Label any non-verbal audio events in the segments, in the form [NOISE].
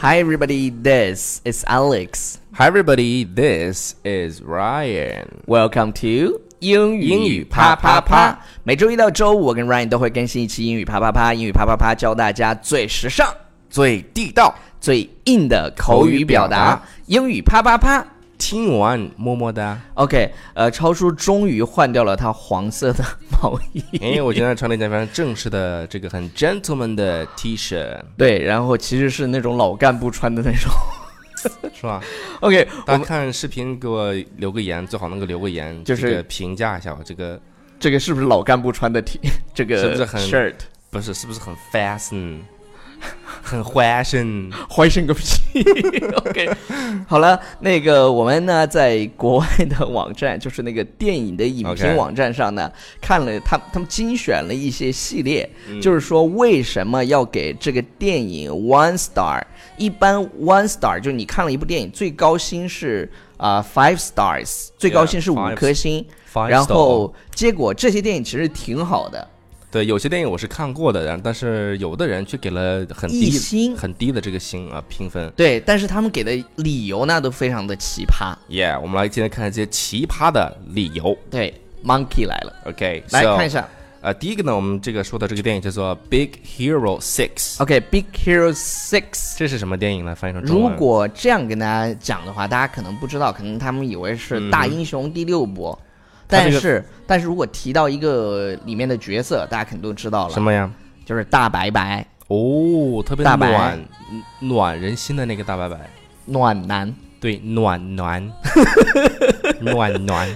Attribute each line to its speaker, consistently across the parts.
Speaker 1: Hi everybody, this is Alex.
Speaker 2: Hi, everybody. This is Ryan.
Speaker 1: Welcome to 英语
Speaker 2: 英语啪啪啪。
Speaker 1: 每周一到周五，我跟 Ryan 都会更新一期英语啪啪啪。英语啪啪啪教大家最时尚、
Speaker 2: 最地道，
Speaker 1: 最硬的口语表达。
Speaker 2: 口语表达
Speaker 1: 英语啪啪啪。
Speaker 2: 听完么
Speaker 1: [LAUGHS]
Speaker 2: 么哒。
Speaker 1: OK，呃，超叔终于换掉了他黄色的毛衣。 [LAUGHS]
Speaker 2: 哎，我今天穿了一件非常正式的，这个很 gentleman 的 T 恤，
Speaker 1: 对，然后其实是那种老干部穿的那种。
Speaker 2: 是吧？
Speaker 1: OK，我
Speaker 2: 大
Speaker 1: 们
Speaker 2: 家看视频给我留个言，最好能够留个言，
Speaker 1: 就是
Speaker 2: 这个评价一下我这个
Speaker 1: 这个是不是老干部穿的 T？这个
Speaker 2: 是不是很
Speaker 1: shirt？
Speaker 2: 不是是不是很 fashion，
Speaker 1: [LAUGHS]
Speaker 2: 很 fashion。
Speaker 1: 欢声个屁！OK，好了，那个我们呢，在国外的网站，就是那个电影的影评
Speaker 2: OK
Speaker 1: 网站上呢看了他他们精选了一些系列，
Speaker 2: 嗯
Speaker 1: 就是说为什么要给这个电影 one star？一般 one star 就是你看了一部电影，最高星是啊、five stars，最高星是
Speaker 2: Yeah，
Speaker 1: 五
Speaker 2: five
Speaker 1: 颗星
Speaker 2: five
Speaker 1: 然后结果这些电影其实挺好的，
Speaker 2: 对，有些电影我是看过的，然后但是有的人却给了很
Speaker 1: 一
Speaker 2: 低
Speaker 1: 星
Speaker 2: 很低的这个星啊评分。
Speaker 1: 对，但是他们给的理由呢都非常的奇葩，
Speaker 2: 耶、yeah,，我们来今天看看这些奇葩的理由。
Speaker 1: 对，monkey 来了。
Speaker 2: OK，
Speaker 1: 来
Speaker 2: so-
Speaker 1: 看一下。
Speaker 2: 呃，第一个呢，我们这个说的这个电影叫做《Big Hero Six》，
Speaker 1: OK，Big、Hero Six。
Speaker 2: 这是什么电影呢？翻译成中
Speaker 1: 如
Speaker 2: 文。
Speaker 1: 果这样跟大家讲的话，大家可能不知道，可能他们以为是《大英雄》第六部，
Speaker 2: 它
Speaker 1: 但
Speaker 2: 嗯这
Speaker 1: 是、
Speaker 2: 个
Speaker 1: 但是如果提到一个里面的角色，大家肯定都知道
Speaker 2: 什
Speaker 1: 了，
Speaker 2: 么呀？
Speaker 1: 就是大白白
Speaker 2: 哦，特别
Speaker 1: 大白
Speaker 2: 暖暖人心的那个大白白，
Speaker 1: 暖男。
Speaker 2: 对，暖暖，暖
Speaker 1: [LAUGHS]
Speaker 2: 暖，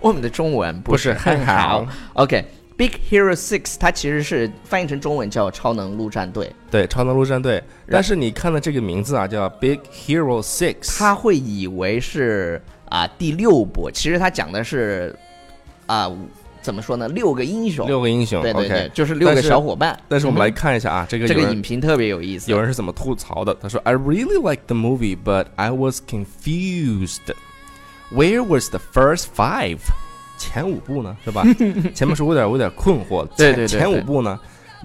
Speaker 1: 我们的中文
Speaker 2: 不
Speaker 1: 是
Speaker 2: 是很
Speaker 1: 好
Speaker 2: 好。
Speaker 1: OK，Big、Hero Six 它其实是翻译成中文叫超能陆战队，
Speaker 2: 对，超能陆战队。但是你看了这个名字啊，叫《Big Hero Six》，
Speaker 1: 他会以为是啊第六部，其实他讲的是啊怎么说呢，六个英雄。
Speaker 2: 六个英雄
Speaker 1: 对对对
Speaker 2: 嗯 OK，
Speaker 1: 就是六个
Speaker 2: 但是
Speaker 1: 小伙伴。
Speaker 2: 但是我们来看一下啊，这个
Speaker 1: 这
Speaker 2: 有
Speaker 1: 个
Speaker 2: 人
Speaker 1: 影评特别有意思。
Speaker 2: 有人是怎么吐槽的？他说：“I really liked the movie, but I was confused. Where was the first five？前五部呢？是
Speaker 1: [LAUGHS]
Speaker 2: 吧？前面说我有点我有点困惑。
Speaker 1: 对对对对
Speaker 2: 前前五部呢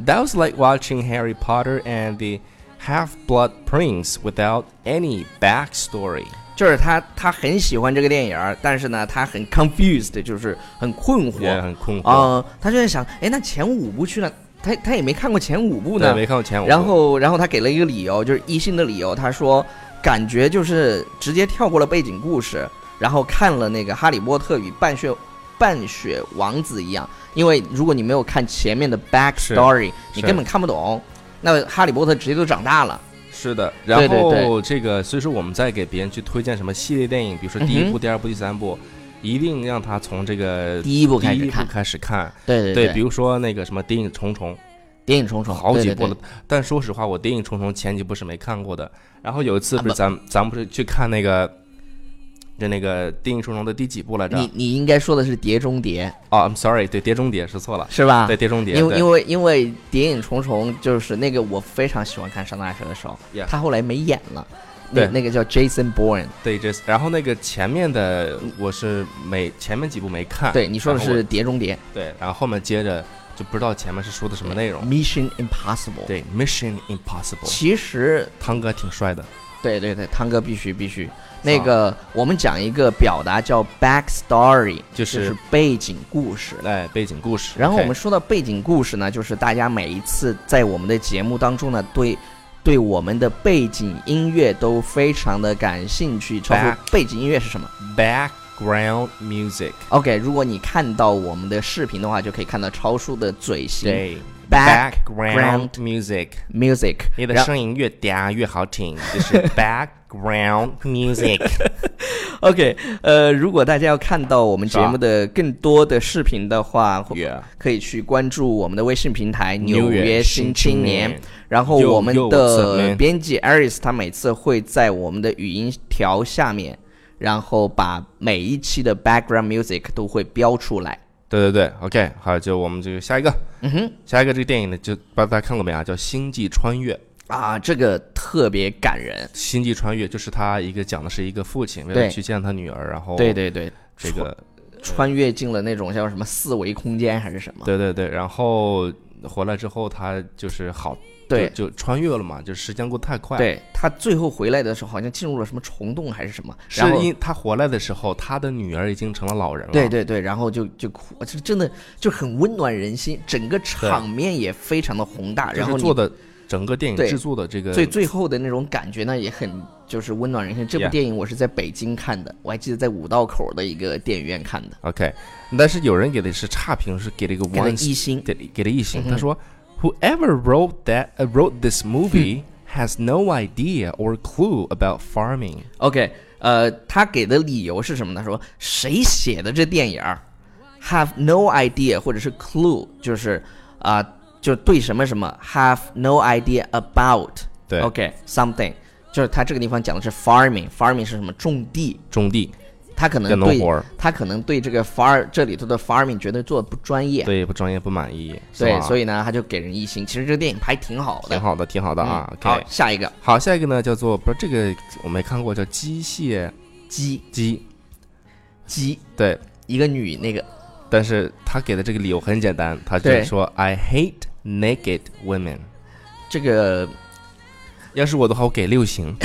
Speaker 2: ？That was like watching Harry Potter and the Half Blood Prince without any backstory。
Speaker 1: 就是他，他很喜欢这个电影儿，但是呢，他很 confused，就是很困惑。
Speaker 2: 也很困惑。
Speaker 1: 嗯、他就在想，哎，那前五部去了，他他也没看过前五部
Speaker 2: 对，
Speaker 1: 呢。
Speaker 2: 没看过前五部。
Speaker 1: 然后，然后他给了一个理由，就是一性的理由。他说，感觉就是直接跳过了背景故事，然后看了那个《哈利波特与半血半血王子》一样。因为如果你没有看前面的 backstory，你
Speaker 2: 是
Speaker 1: 根本看不懂。那哈利波特直接都长大了。
Speaker 2: 是的，然
Speaker 1: 对对对
Speaker 2: 后这个，所以说我们在给别人去推荐什么系列电影，比如说第一
Speaker 1: 嗯
Speaker 2: 部、第二部、第三部，一定让他从这个
Speaker 1: 第一部开
Speaker 2: 第
Speaker 1: 始
Speaker 2: 一部
Speaker 1: 看，
Speaker 2: 开始看，
Speaker 1: 对对
Speaker 2: 比如说那个什么《谍影重重
Speaker 1: 谍影重重》，
Speaker 2: 好几
Speaker 1: 对对
Speaker 2: 部了
Speaker 1: 对，
Speaker 2: 但说实话，我《谍影重重》前几部是没看过的。然后有一次
Speaker 1: 啊
Speaker 2: 不是
Speaker 1: 不
Speaker 2: 咱们咱们不是去看那个，就那个《谍影重重》的第几部来着？
Speaker 1: 你你应该说的是《碟中谍
Speaker 2: 哦，I'm sorry，对，《碟中谍》说错了》，
Speaker 1: 是吧？
Speaker 2: 对，《碟中谍》
Speaker 1: 因为
Speaker 2: 对
Speaker 1: 因为因为《谍影重重》就是那个我非常喜欢看上大学的时候
Speaker 2: Yeah
Speaker 1: 他后来没演了。那
Speaker 2: 对
Speaker 1: 那个叫 Jason Bourne，
Speaker 2: 对这，然后那个前面的我是没前面几部没看，
Speaker 1: 对你说的
Speaker 2: 啊然后
Speaker 1: 是《碟中谍
Speaker 2: 我对，然后后面接着就不知道前面是说的什么内》容。
Speaker 1: Mission Impossible。，
Speaker 2: 对，《Mission Impossible》，
Speaker 1: 其实
Speaker 2: 汤哥挺帅的，
Speaker 1: 对对对，汤哥必须必须。
Speaker 2: 啊
Speaker 1: 那个我们讲一个表达叫 backstory，就
Speaker 2: 就
Speaker 1: 是背景故事。
Speaker 2: 哎，背景故事。
Speaker 1: 然后我
Speaker 2: OK
Speaker 1: 们说到背景故事呢，就是大家每一次在我们的节目当中呢，对对我们的背景音乐都非常的感兴趣。超出
Speaker 2: Back
Speaker 1: 背景音乐是什么
Speaker 2: background music。
Speaker 1: ？OK，如果你看到我们的视频的话，就可以看到超叔的嘴型
Speaker 2: 对
Speaker 1: Background
Speaker 2: background music，
Speaker 1: music。
Speaker 2: 你的
Speaker 1: 然
Speaker 2: 声音越嗲越好听，
Speaker 1: [LAUGHS]
Speaker 2: 就是 background music。
Speaker 1: OK，呃，如果大家要看到我们节
Speaker 2: 是吧
Speaker 1: 目的更多的视频的话，会
Speaker 2: Yeah
Speaker 1: 可以去关注我们的微信平台《纽
Speaker 2: 纽约
Speaker 1: 约
Speaker 2: 新
Speaker 1: 新青
Speaker 2: 青
Speaker 1: 年》
Speaker 2: 年
Speaker 1: 然后
Speaker 2: Yo,
Speaker 1: 我们
Speaker 2: yo, what's
Speaker 1: 的
Speaker 2: up, man？
Speaker 1: 编辑 Aris 他每次会在我们的语音条下面，然后把每一期的 background music 都会标出来。
Speaker 2: 对对对，OK，好，就我们这个下一个，
Speaker 1: 嗯哼，
Speaker 2: 下一个这个电影呢，就不知道大家看过没啊？叫《星际穿越》。
Speaker 1: 啊，这个特别感人。
Speaker 2: 《星际穿越》就是他一个讲的是一个父亲为
Speaker 1: 对
Speaker 2: 了去见他女儿，然后
Speaker 1: 对对对，
Speaker 2: 这个
Speaker 1: 穿越进了那种叫什么四维空间还是什么？
Speaker 2: 对对对，然后回来之后他就是好
Speaker 1: 对
Speaker 2: 就就穿越了嘛，就是时间过得太快。，
Speaker 1: 对他最后回来的时候，好像进入了什么虫洞还是什么，
Speaker 2: 是
Speaker 1: 然后
Speaker 2: 因他回来的时候，他的女儿已经成了老人了。
Speaker 1: 对对对，然后就就哭，这真的就很温暖人心，整个场面也非常的宏大，
Speaker 2: 就是
Speaker 1: 然后
Speaker 2: 做
Speaker 1: 你
Speaker 2: 的整个电影
Speaker 1: 对
Speaker 2: 制作的这个
Speaker 1: 最最后的那种感觉呢，也很就是温暖人心。这部
Speaker 2: Yeah
Speaker 1: 电影我是在北京看的，我还记得在五道口的一个电影院看的，
Speaker 2: OK，但是有人给的是差评，是给了一个
Speaker 1: 给了
Speaker 2: one
Speaker 1: 一星。嗯
Speaker 2: 给给了一星，他说，Whoever wrote that、uh, wrote this
Speaker 1: 嗯
Speaker 2: movie has no idea or clue about farming。
Speaker 1: OK，呃，他给的理由是什么呢？说谁写的这电影儿，have no idea 或者是 clue，就是啊、就对什么什么 have no idea about。
Speaker 2: 对
Speaker 1: OK something，就是他这个地方讲的是 farming，farming 是什么？种地。
Speaker 2: 种地
Speaker 1: 他可
Speaker 2: 干
Speaker 1: 能
Speaker 2: 农活
Speaker 1: 对
Speaker 2: 儿，
Speaker 1: 他可能对这个 far 这里头的 farming 觉得做的不专业，
Speaker 2: 对不专业不满意，
Speaker 1: 对，所
Speaker 2: 以
Speaker 1: 以呢他就给人一星。其实这个电影拍挺好的，
Speaker 2: 挺好的，挺好的
Speaker 1: 嗯
Speaker 2: 啊。
Speaker 1: 好
Speaker 2: OK，，
Speaker 1: 下一个
Speaker 2: 好，下一个呢叫做不是这个我没看过，叫机械
Speaker 1: 鸡
Speaker 2: 鸡，
Speaker 1: 鸡，
Speaker 2: 对，
Speaker 1: 一个女那个
Speaker 2: 但是他给的这个理由很简单，他就是
Speaker 1: 对
Speaker 2: 说 I hate naked women。
Speaker 1: 这个
Speaker 2: 要是我的话，我给六星。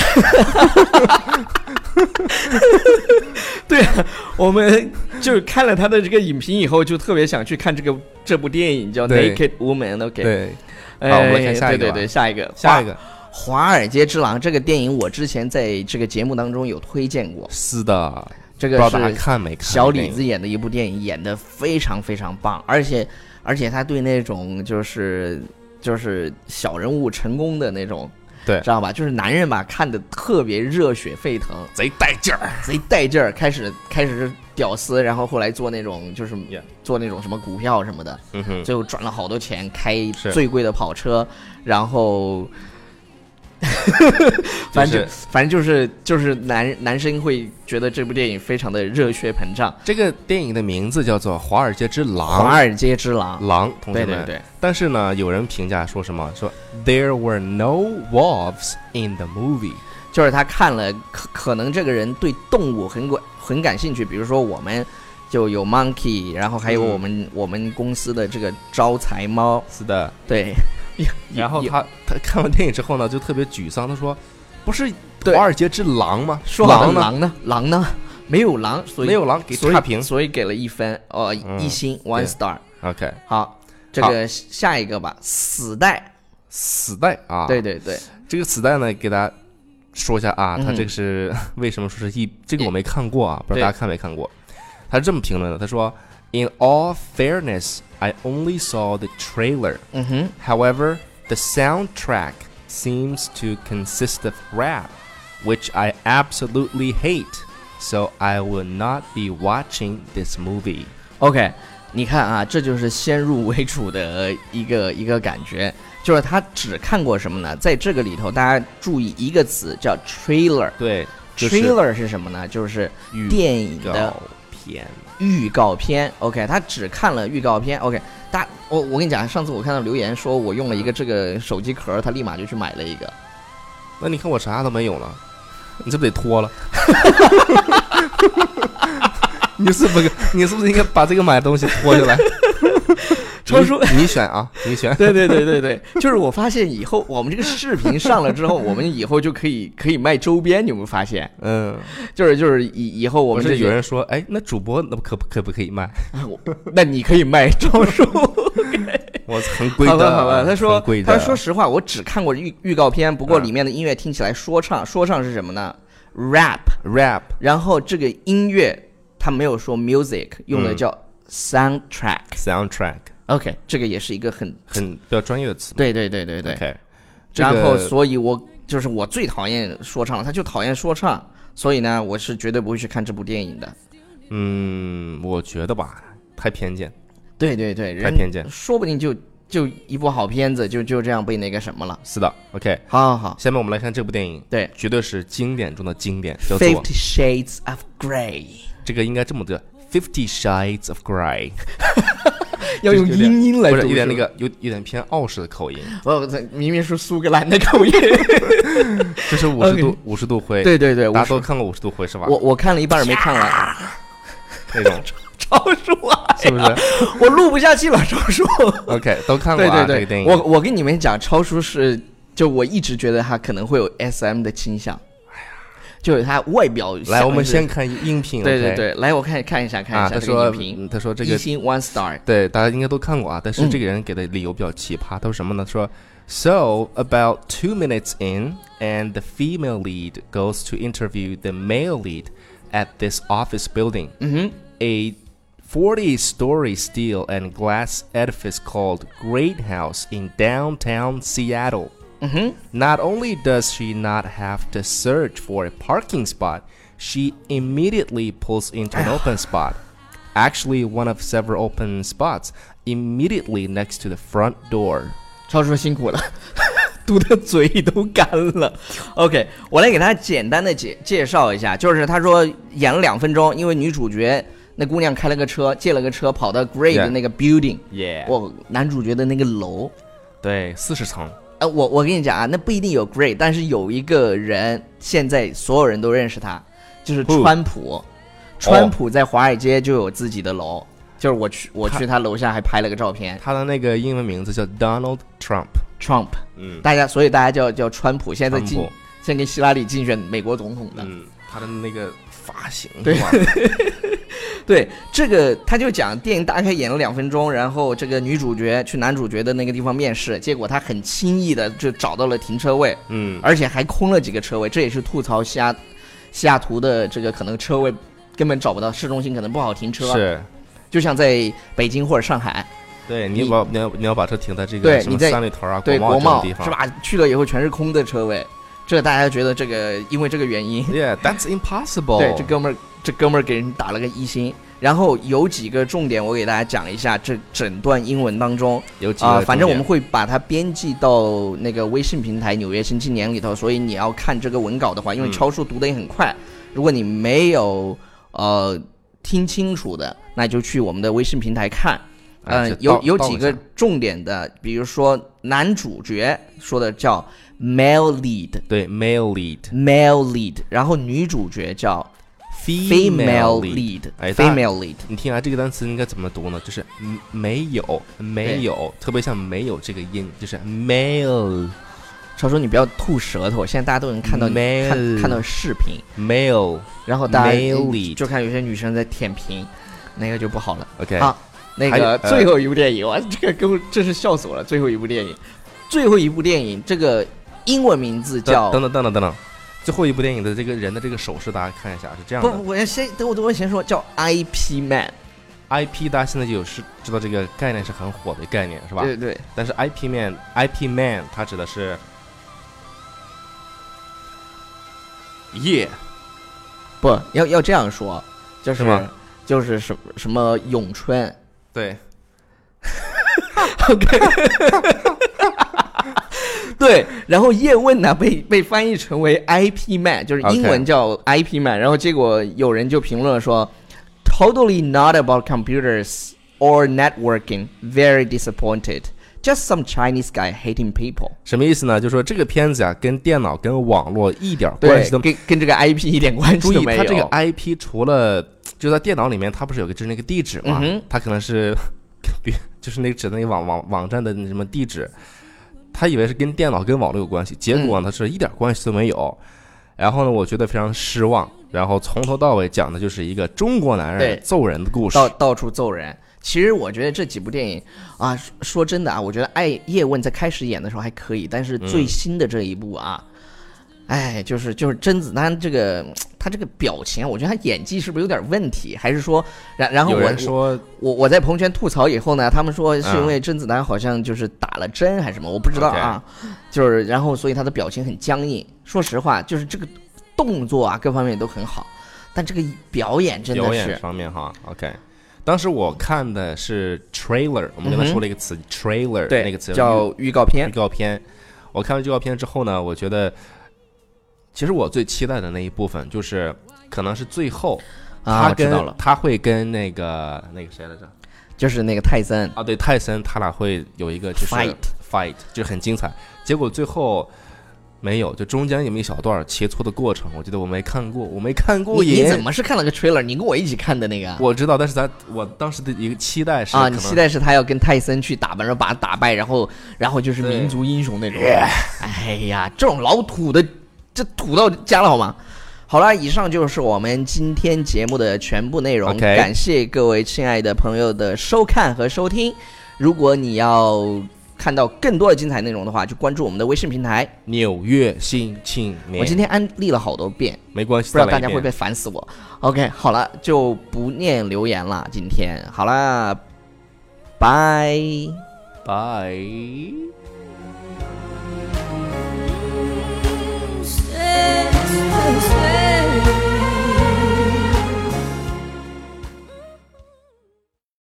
Speaker 1: [LAUGHS] 我们就是看了他的这个影评以后，就特别想去看这个这部电影，叫《
Speaker 2: 对
Speaker 1: Naked Woman》。OK，
Speaker 2: 对，
Speaker 1: 哎
Speaker 2: 好我们来看下一个
Speaker 1: 对对
Speaker 2: 吧
Speaker 1: 对，下一个，
Speaker 2: 下一个
Speaker 1: 《华尔街之狼》这个电影，我之前在这个节目当中有推荐过。
Speaker 2: 是的，
Speaker 1: 这
Speaker 2: 不
Speaker 1: 个
Speaker 2: 知道大家
Speaker 1: 是
Speaker 2: 看没看？
Speaker 1: 小李子演的一部电影，演的非常非常棒，而且而且他对那种就是就是小人物成功的那种，
Speaker 2: 对
Speaker 1: 知道吧？就是男人吧，看的特别热血沸腾，
Speaker 2: 贼带劲儿。
Speaker 1: 贼带劲儿，开始开始是屌丝，然后后来做那种就是
Speaker 2: Yeah
Speaker 1: 做那种什么股票什么的，
Speaker 2: 嗯哼，
Speaker 1: 最后赚了好多钱，开
Speaker 2: 是
Speaker 1: 最贵的跑车，然
Speaker 2: [LAUGHS]
Speaker 1: 后。 [LAUGHS] 反正就反正就是就是男男生会觉得这部电影非常的热血膨胀，
Speaker 2: 这个电影的名字叫做《华尔街之
Speaker 1: 《
Speaker 2: 狼
Speaker 1: 华》，尔街之狼》
Speaker 2: 狼，
Speaker 1: 啊嗯
Speaker 2: 同
Speaker 1: 对
Speaker 2: 学
Speaker 1: 对
Speaker 2: 们。
Speaker 1: 对，
Speaker 2: 但是呢，有人评价说什么？说 There were no wolves in the movie。
Speaker 1: 就是他看了，可可能这个人对动物很感很感兴趣，比如说我们就有 monkey，然后还有
Speaker 2: 嗯
Speaker 1: 我们、我们公司的这个招财猫，
Speaker 2: 是的。
Speaker 1: 对，
Speaker 2: 然后
Speaker 1: 有
Speaker 2: 他他看完电影之后呢，就特别沮丧，他说：“不是
Speaker 1: 对
Speaker 2: 华尔街之狼吗？
Speaker 1: 说好
Speaker 2: 狼
Speaker 1: 的狼
Speaker 2: 呢？
Speaker 1: 呢？狼呢？没有狼，所以
Speaker 2: 没有狼给
Speaker 1: 所以
Speaker 2: 差评。
Speaker 1: 所以给了一分，哦，
Speaker 2: 嗯
Speaker 1: 一星 one
Speaker 2: 对
Speaker 1: star。
Speaker 2: ”OK，
Speaker 1: 好，这个下一个吧，死带，
Speaker 2: 死带啊，
Speaker 1: 对对对，
Speaker 2: 这个磁带呢，给大家说一下啊，
Speaker 1: 嗯
Speaker 2: 它这个是为什么说是一，这个我没看过啊，不知道大家看没看过。他是这么评论的，他说：“In all fairness, I only saw the trailer.
Speaker 1: 嗯哼，
Speaker 2: However, the soundtrack seems to consist of rap, which I absolutely hate. So I will not be watching this movie.”
Speaker 1: OK，你看啊，这就是先入为主的一个一个感觉，就是他只看过什么呢？在这个里头，大家注意一个词叫 trailer。
Speaker 2: 对，就是
Speaker 1: trailer 是什么呢？就是
Speaker 2: 预
Speaker 1: 电影的
Speaker 2: 告片。
Speaker 1: 预告片。OK，他只看了预告片。OK，大我我跟你讲，上次我看到留言说我用了一个这个手机壳，他立马就去买了一个。
Speaker 2: 那你看我啥都没有了，你这不得脱了？ [LAUGHS] 你是不是你是不是应该把这个买的东西脱下来？
Speaker 1: [LAUGHS] 超叔
Speaker 2: 你，你选啊，你选。
Speaker 1: 对对对对 [LAUGHS] 对，就是我发现以后我们这个视频上了之后，我们以后就可以可以卖周边，你有没有发现？
Speaker 2: 嗯，
Speaker 1: 就是就是以以后我
Speaker 2: 不
Speaker 1: 们这
Speaker 2: 是有
Speaker 1: 些，
Speaker 2: 人说，哎，那主播那可不可不可以卖？
Speaker 1: 我 [LAUGHS] 那你可以卖超 [LAUGHS] 叔。
Speaker 2: 我很贵的，
Speaker 1: 好吧，好吧，他说
Speaker 2: 很贵，的。
Speaker 1: 他说实话，我只看过预预告片，不过
Speaker 2: 嗯
Speaker 1: 里面的音乐听起来说唱，说唱是什么呢？rap，
Speaker 2: rap
Speaker 1: 然后这个音乐他没有说 music，用的
Speaker 2: 嗯
Speaker 1: 叫 soundtrack。
Speaker 2: soundtrack
Speaker 1: OK，这个也是一个很
Speaker 2: 很比较专业的词。
Speaker 1: 对对对对对。
Speaker 2: OK，这
Speaker 1: 然后，
Speaker 2: 个
Speaker 1: 所以我就是我最讨厌说唱了，他就讨厌说唱，所以呢，我是绝对不会去看这部电影的。
Speaker 2: 嗯，我觉得吧，太偏见。
Speaker 1: 对对对，
Speaker 2: 太
Speaker 1: 人
Speaker 2: 偏见
Speaker 1: 说不定就就一部好片子就就这样被那个什么了。
Speaker 2: 是的，OK。
Speaker 1: 好好好，
Speaker 2: 下面我们来看这部电影，
Speaker 1: 对
Speaker 2: 绝对是经典中的经典，叫做
Speaker 1: ，Fifty Shades of Grey。
Speaker 2: 这个应该这么读，Fifty Shades of Grey，
Speaker 1: 要用英 [LAUGHS] 音来
Speaker 2: 不
Speaker 1: 读，
Speaker 2: 是有点那
Speaker 1: 是吧，
Speaker 2: 个有有点偏澳式的
Speaker 1: [LAUGHS]
Speaker 2: 口音，
Speaker 1: 哦，这明明是苏格兰的口音。
Speaker 2: 这是五十度五十度灰，
Speaker 1: [LAUGHS] 对对对，
Speaker 2: 大
Speaker 1: 我
Speaker 2: 家都看过五十度灰是吧？
Speaker 1: [LAUGHS] 我我看了一半儿没看完，
Speaker 2: 那种
Speaker 1: 超叔啊，
Speaker 2: 是不是
Speaker 1: [LAUGHS] 我录不下去了，超叔。
Speaker 2: ？OK，都看过
Speaker 1: 对
Speaker 2: 啊，这
Speaker 1: 对
Speaker 2: 个
Speaker 1: 对，
Speaker 2: 电影。
Speaker 1: 我我跟你们讲，超叔是就我一直觉得他可能会有 SM 的倾向，就是他外表像
Speaker 2: 来，
Speaker 1: 是
Speaker 2: 我们先看音频。
Speaker 1: 对对
Speaker 2: OK
Speaker 1: 对，来我看看一下看
Speaker 2: 啊，
Speaker 1: 一下
Speaker 2: 他
Speaker 1: 这个
Speaker 2: 说
Speaker 1: 影评，
Speaker 2: 他说这
Speaker 1: 一
Speaker 2: 个
Speaker 1: 星 one star，
Speaker 2: 对大家应该都看过啊，但是
Speaker 1: 嗯
Speaker 2: 这个人给的理由比较奇葩，他说什么呢？说 So about two minutes in, and the female lead goes to interview the male lead at this office building,
Speaker 1: 嗯
Speaker 2: a 40-story steel and glass edifice called Great House in downtown Seattle.
Speaker 1: 哼，嗯哼，
Speaker 2: Not only does she not have to search for a parking spot, she immediately pulls into an open spot. Actually, one of several open spots immediately next to the front door.
Speaker 1: 超叔辛苦了。 [LAUGHS] 读的嘴都干了。OK，我来给大家简单的介介绍一下，就是他说演了两分钟，因为女主角那姑娘开了个车，借了个车跑到 Gray 的
Speaker 2: Yeah
Speaker 1: 那个 building，
Speaker 2: Yeah，
Speaker 1: 我男主角的那个楼，
Speaker 2: 对，四十层，
Speaker 1: 呃，我我跟你讲啊，那不一定有 Gray，但是有一个人现在所有人都认识他，就是
Speaker 2: Who？
Speaker 1: 川普。川普在华尔街就有自己的楼，就是我去我去他楼下还拍了个照片。
Speaker 2: 他的那个英文名字叫 Donald Trump。
Speaker 1: Trump，
Speaker 2: 嗯
Speaker 1: 大家所以大家叫叫川普，现在在竞
Speaker 2: 川普
Speaker 1: 现在跟希拉里竞选美国总统的。
Speaker 2: 嗯，他的那个发型，
Speaker 1: 对
Speaker 2: 哇，
Speaker 1: 对，这个他就讲电影大概演了两分钟，然后这个女主角去男主角的那个地方面试，结果她很轻易的就找到了停车位，
Speaker 2: [LAUGHS] 嗯，
Speaker 1: 而且还空了几个车位，这也是吐槽西雅西雅图的这个可能车位根本找不到，市中心可能不好停车，啊
Speaker 2: 是，
Speaker 1: 就像在北京或者上海，
Speaker 2: 对你
Speaker 1: 你
Speaker 2: 把你要你要把车停在这个
Speaker 1: 对
Speaker 2: 什
Speaker 1: 你
Speaker 2: 么
Speaker 1: 在
Speaker 2: 三里屯啊、
Speaker 1: 对
Speaker 2: 国
Speaker 1: 国
Speaker 2: 贸
Speaker 1: 贸
Speaker 2: 这种地方
Speaker 1: 是？吧？去了以后全是空的车位，这大家觉得这个因为这个原因，
Speaker 2: ？Yeah，that's impossible。
Speaker 1: 对这哥们儿这哥们儿给人打了个一星。然后有几个重点，我给大家讲一下这整段英文当中
Speaker 2: 有几
Speaker 1: 啊、
Speaker 2: 个
Speaker 1: 反
Speaker 2: 重
Speaker 1: 正我
Speaker 2: 点
Speaker 1: 们会把它编辑到那个微信平台《纽约新青年》里头，所以你要看这个文稿的话，因为
Speaker 2: 嗯
Speaker 1: 超叔读的也很快，如果你没有呃听清楚的，那就去我们的微信平台看。
Speaker 2: 哎
Speaker 1: 嗯、
Speaker 2: 这
Speaker 1: 有
Speaker 2: 倒
Speaker 1: 有
Speaker 2: 倒
Speaker 1: 几
Speaker 2: 一
Speaker 1: 个
Speaker 2: 下
Speaker 1: 重点的，比如说男主角说的叫 male lead。
Speaker 2: 对 male lead
Speaker 1: male lead，然后女主角叫
Speaker 2: female
Speaker 1: female
Speaker 2: lead。
Speaker 1: lead，female
Speaker 2: 哎
Speaker 1: lead，
Speaker 2: 你听啊，这个单词应该怎么读呢？就是嗯没有，没有，特别像没有这个音，就是 male
Speaker 1: 超叔，你不要吐舌头，现在大家都能看到你
Speaker 2: Male
Speaker 1: 看看到视频，
Speaker 2: male。
Speaker 1: 然后大家
Speaker 2: Male
Speaker 1: 嗯
Speaker 2: lead
Speaker 1: 就看有些女生在舔屏，那个就不好了。
Speaker 2: OK，
Speaker 1: 好那
Speaker 2: 还有
Speaker 1: 个
Speaker 2: 呃
Speaker 1: 最后一部电影，哇，这个给我真是笑死我了！最后一部电影，最后一部电影，这个英文名字
Speaker 2: 等
Speaker 1: 叫
Speaker 2: 等等等等等，最后一部电影的这个人的这个手势，大家看一下是这样
Speaker 1: 不，
Speaker 2: 的。
Speaker 1: 不我要先等我等我先说叫 IP Man，
Speaker 2: IP 大家现在就有是知道这个概念是很火的概念是吧？
Speaker 1: 对对，
Speaker 2: 但是 IP man，IP man 它指的是夜
Speaker 1: 不要要这样说，就是
Speaker 2: 吗
Speaker 1: 就是什么什么咏春，
Speaker 2: 对，
Speaker 1: [LAUGHS] 对，然后叶问呢被被翻译成为 IP man，就是英
Speaker 2: OK
Speaker 1: 文叫 IP man，然后结果有人就评论说，totally not about computers or networking, very disappointed, just some Chinese guy hating people。
Speaker 2: 什么意思呢？就是说这个片子啊，跟电脑跟网络一点儿关
Speaker 1: 对
Speaker 2: 系都，没有。
Speaker 1: 跟跟这个 IP 一点关
Speaker 2: 注
Speaker 1: 系都
Speaker 2: 意，
Speaker 1: 没
Speaker 2: 它
Speaker 1: 有。
Speaker 2: 这个 IP 除了就在电脑里面，它不是有个就是那个地址嘛？
Speaker 1: 嗯哼
Speaker 2: 它可能是比 [LAUGHS] 就是那个指的那个网网网站的那什么地址，他以为是跟电脑跟网络有关系，结果呢、
Speaker 1: 嗯
Speaker 2: 是一点关系都没有。然后呢，我觉得非常失望。然后从头到尾讲的就是一个中国男
Speaker 1: 对
Speaker 2: 人揍人的故事。
Speaker 1: 到到处揍人。其实我觉得这几部电影啊，说说真的啊，我觉得《爱叶问》在开始演的时候还可以，但是
Speaker 2: 嗯
Speaker 1: 最新的这一部啊，哎，就是就是甄子丹这个他这个表情，我觉得他演技是不是有点问题？还是说，然然后
Speaker 2: 有
Speaker 1: 我
Speaker 2: 人说
Speaker 1: 我我在朋友圈吐槽以后呢，他们说是
Speaker 2: 嗯
Speaker 1: 因为甄子丹好像就是打了针还是什么，我不知道啊，就是然后所以他的表情很僵硬。说实话，就是这个动作啊，各方面都很好，但这个表演真
Speaker 2: 表
Speaker 1: 的
Speaker 2: 演
Speaker 1: 是。
Speaker 2: 方面哈，OK。当时我看的是 trailer，我们刚
Speaker 1: 嗯
Speaker 2: 才
Speaker 1: 哼
Speaker 2: 说了一个词、trailer，
Speaker 1: 对，
Speaker 2: 那个词
Speaker 1: 叫预告
Speaker 2: 预
Speaker 1: 片。
Speaker 2: 告片。我看完预告片之后呢，我觉得，其实我最期待的那一部分就是，可能是最后
Speaker 1: 啊，
Speaker 2: 他
Speaker 1: 我知
Speaker 2: 跟、
Speaker 1: 道了，
Speaker 2: 他会跟那个那个谁来着？
Speaker 1: 就是那个泰森
Speaker 2: 啊，对，泰森他俩会有一个就是
Speaker 1: Fight
Speaker 2: fight，就很精彩。结果最后没有，就中间有那么一小段儿切磋的过程，我记得我没看过，我没看过
Speaker 1: 你你
Speaker 2: 瘾。
Speaker 1: 怎么是看了个 trailer？你跟我一起看的那个啊？
Speaker 2: 我知道，但是咱我当时的一个期待是
Speaker 1: 啊，
Speaker 2: 可
Speaker 1: 你
Speaker 2: 能
Speaker 1: 期待是他要跟泰森去打，完了把他打败，然后然后就是
Speaker 2: 对
Speaker 1: 民族英雄那种。哎呀，这种老土的，这土到家了好吗？好了，以上就是我们今天节目的全部内容。
Speaker 2: OK
Speaker 1: 感谢各位亲爱的朋友的收看和收听。如果你要看到更多的精彩内容的话，就关注我们的微信平台。
Speaker 2: 纽约新青年。
Speaker 1: 我今天安利了好多遍，
Speaker 2: 没关系，
Speaker 1: 不知道
Speaker 2: 再来
Speaker 1: 大
Speaker 2: 一
Speaker 1: 家会不会
Speaker 2: 遍
Speaker 1: 烦死我。OK，好了，就不念留言了。今天好了，拜。
Speaker 2: 拜。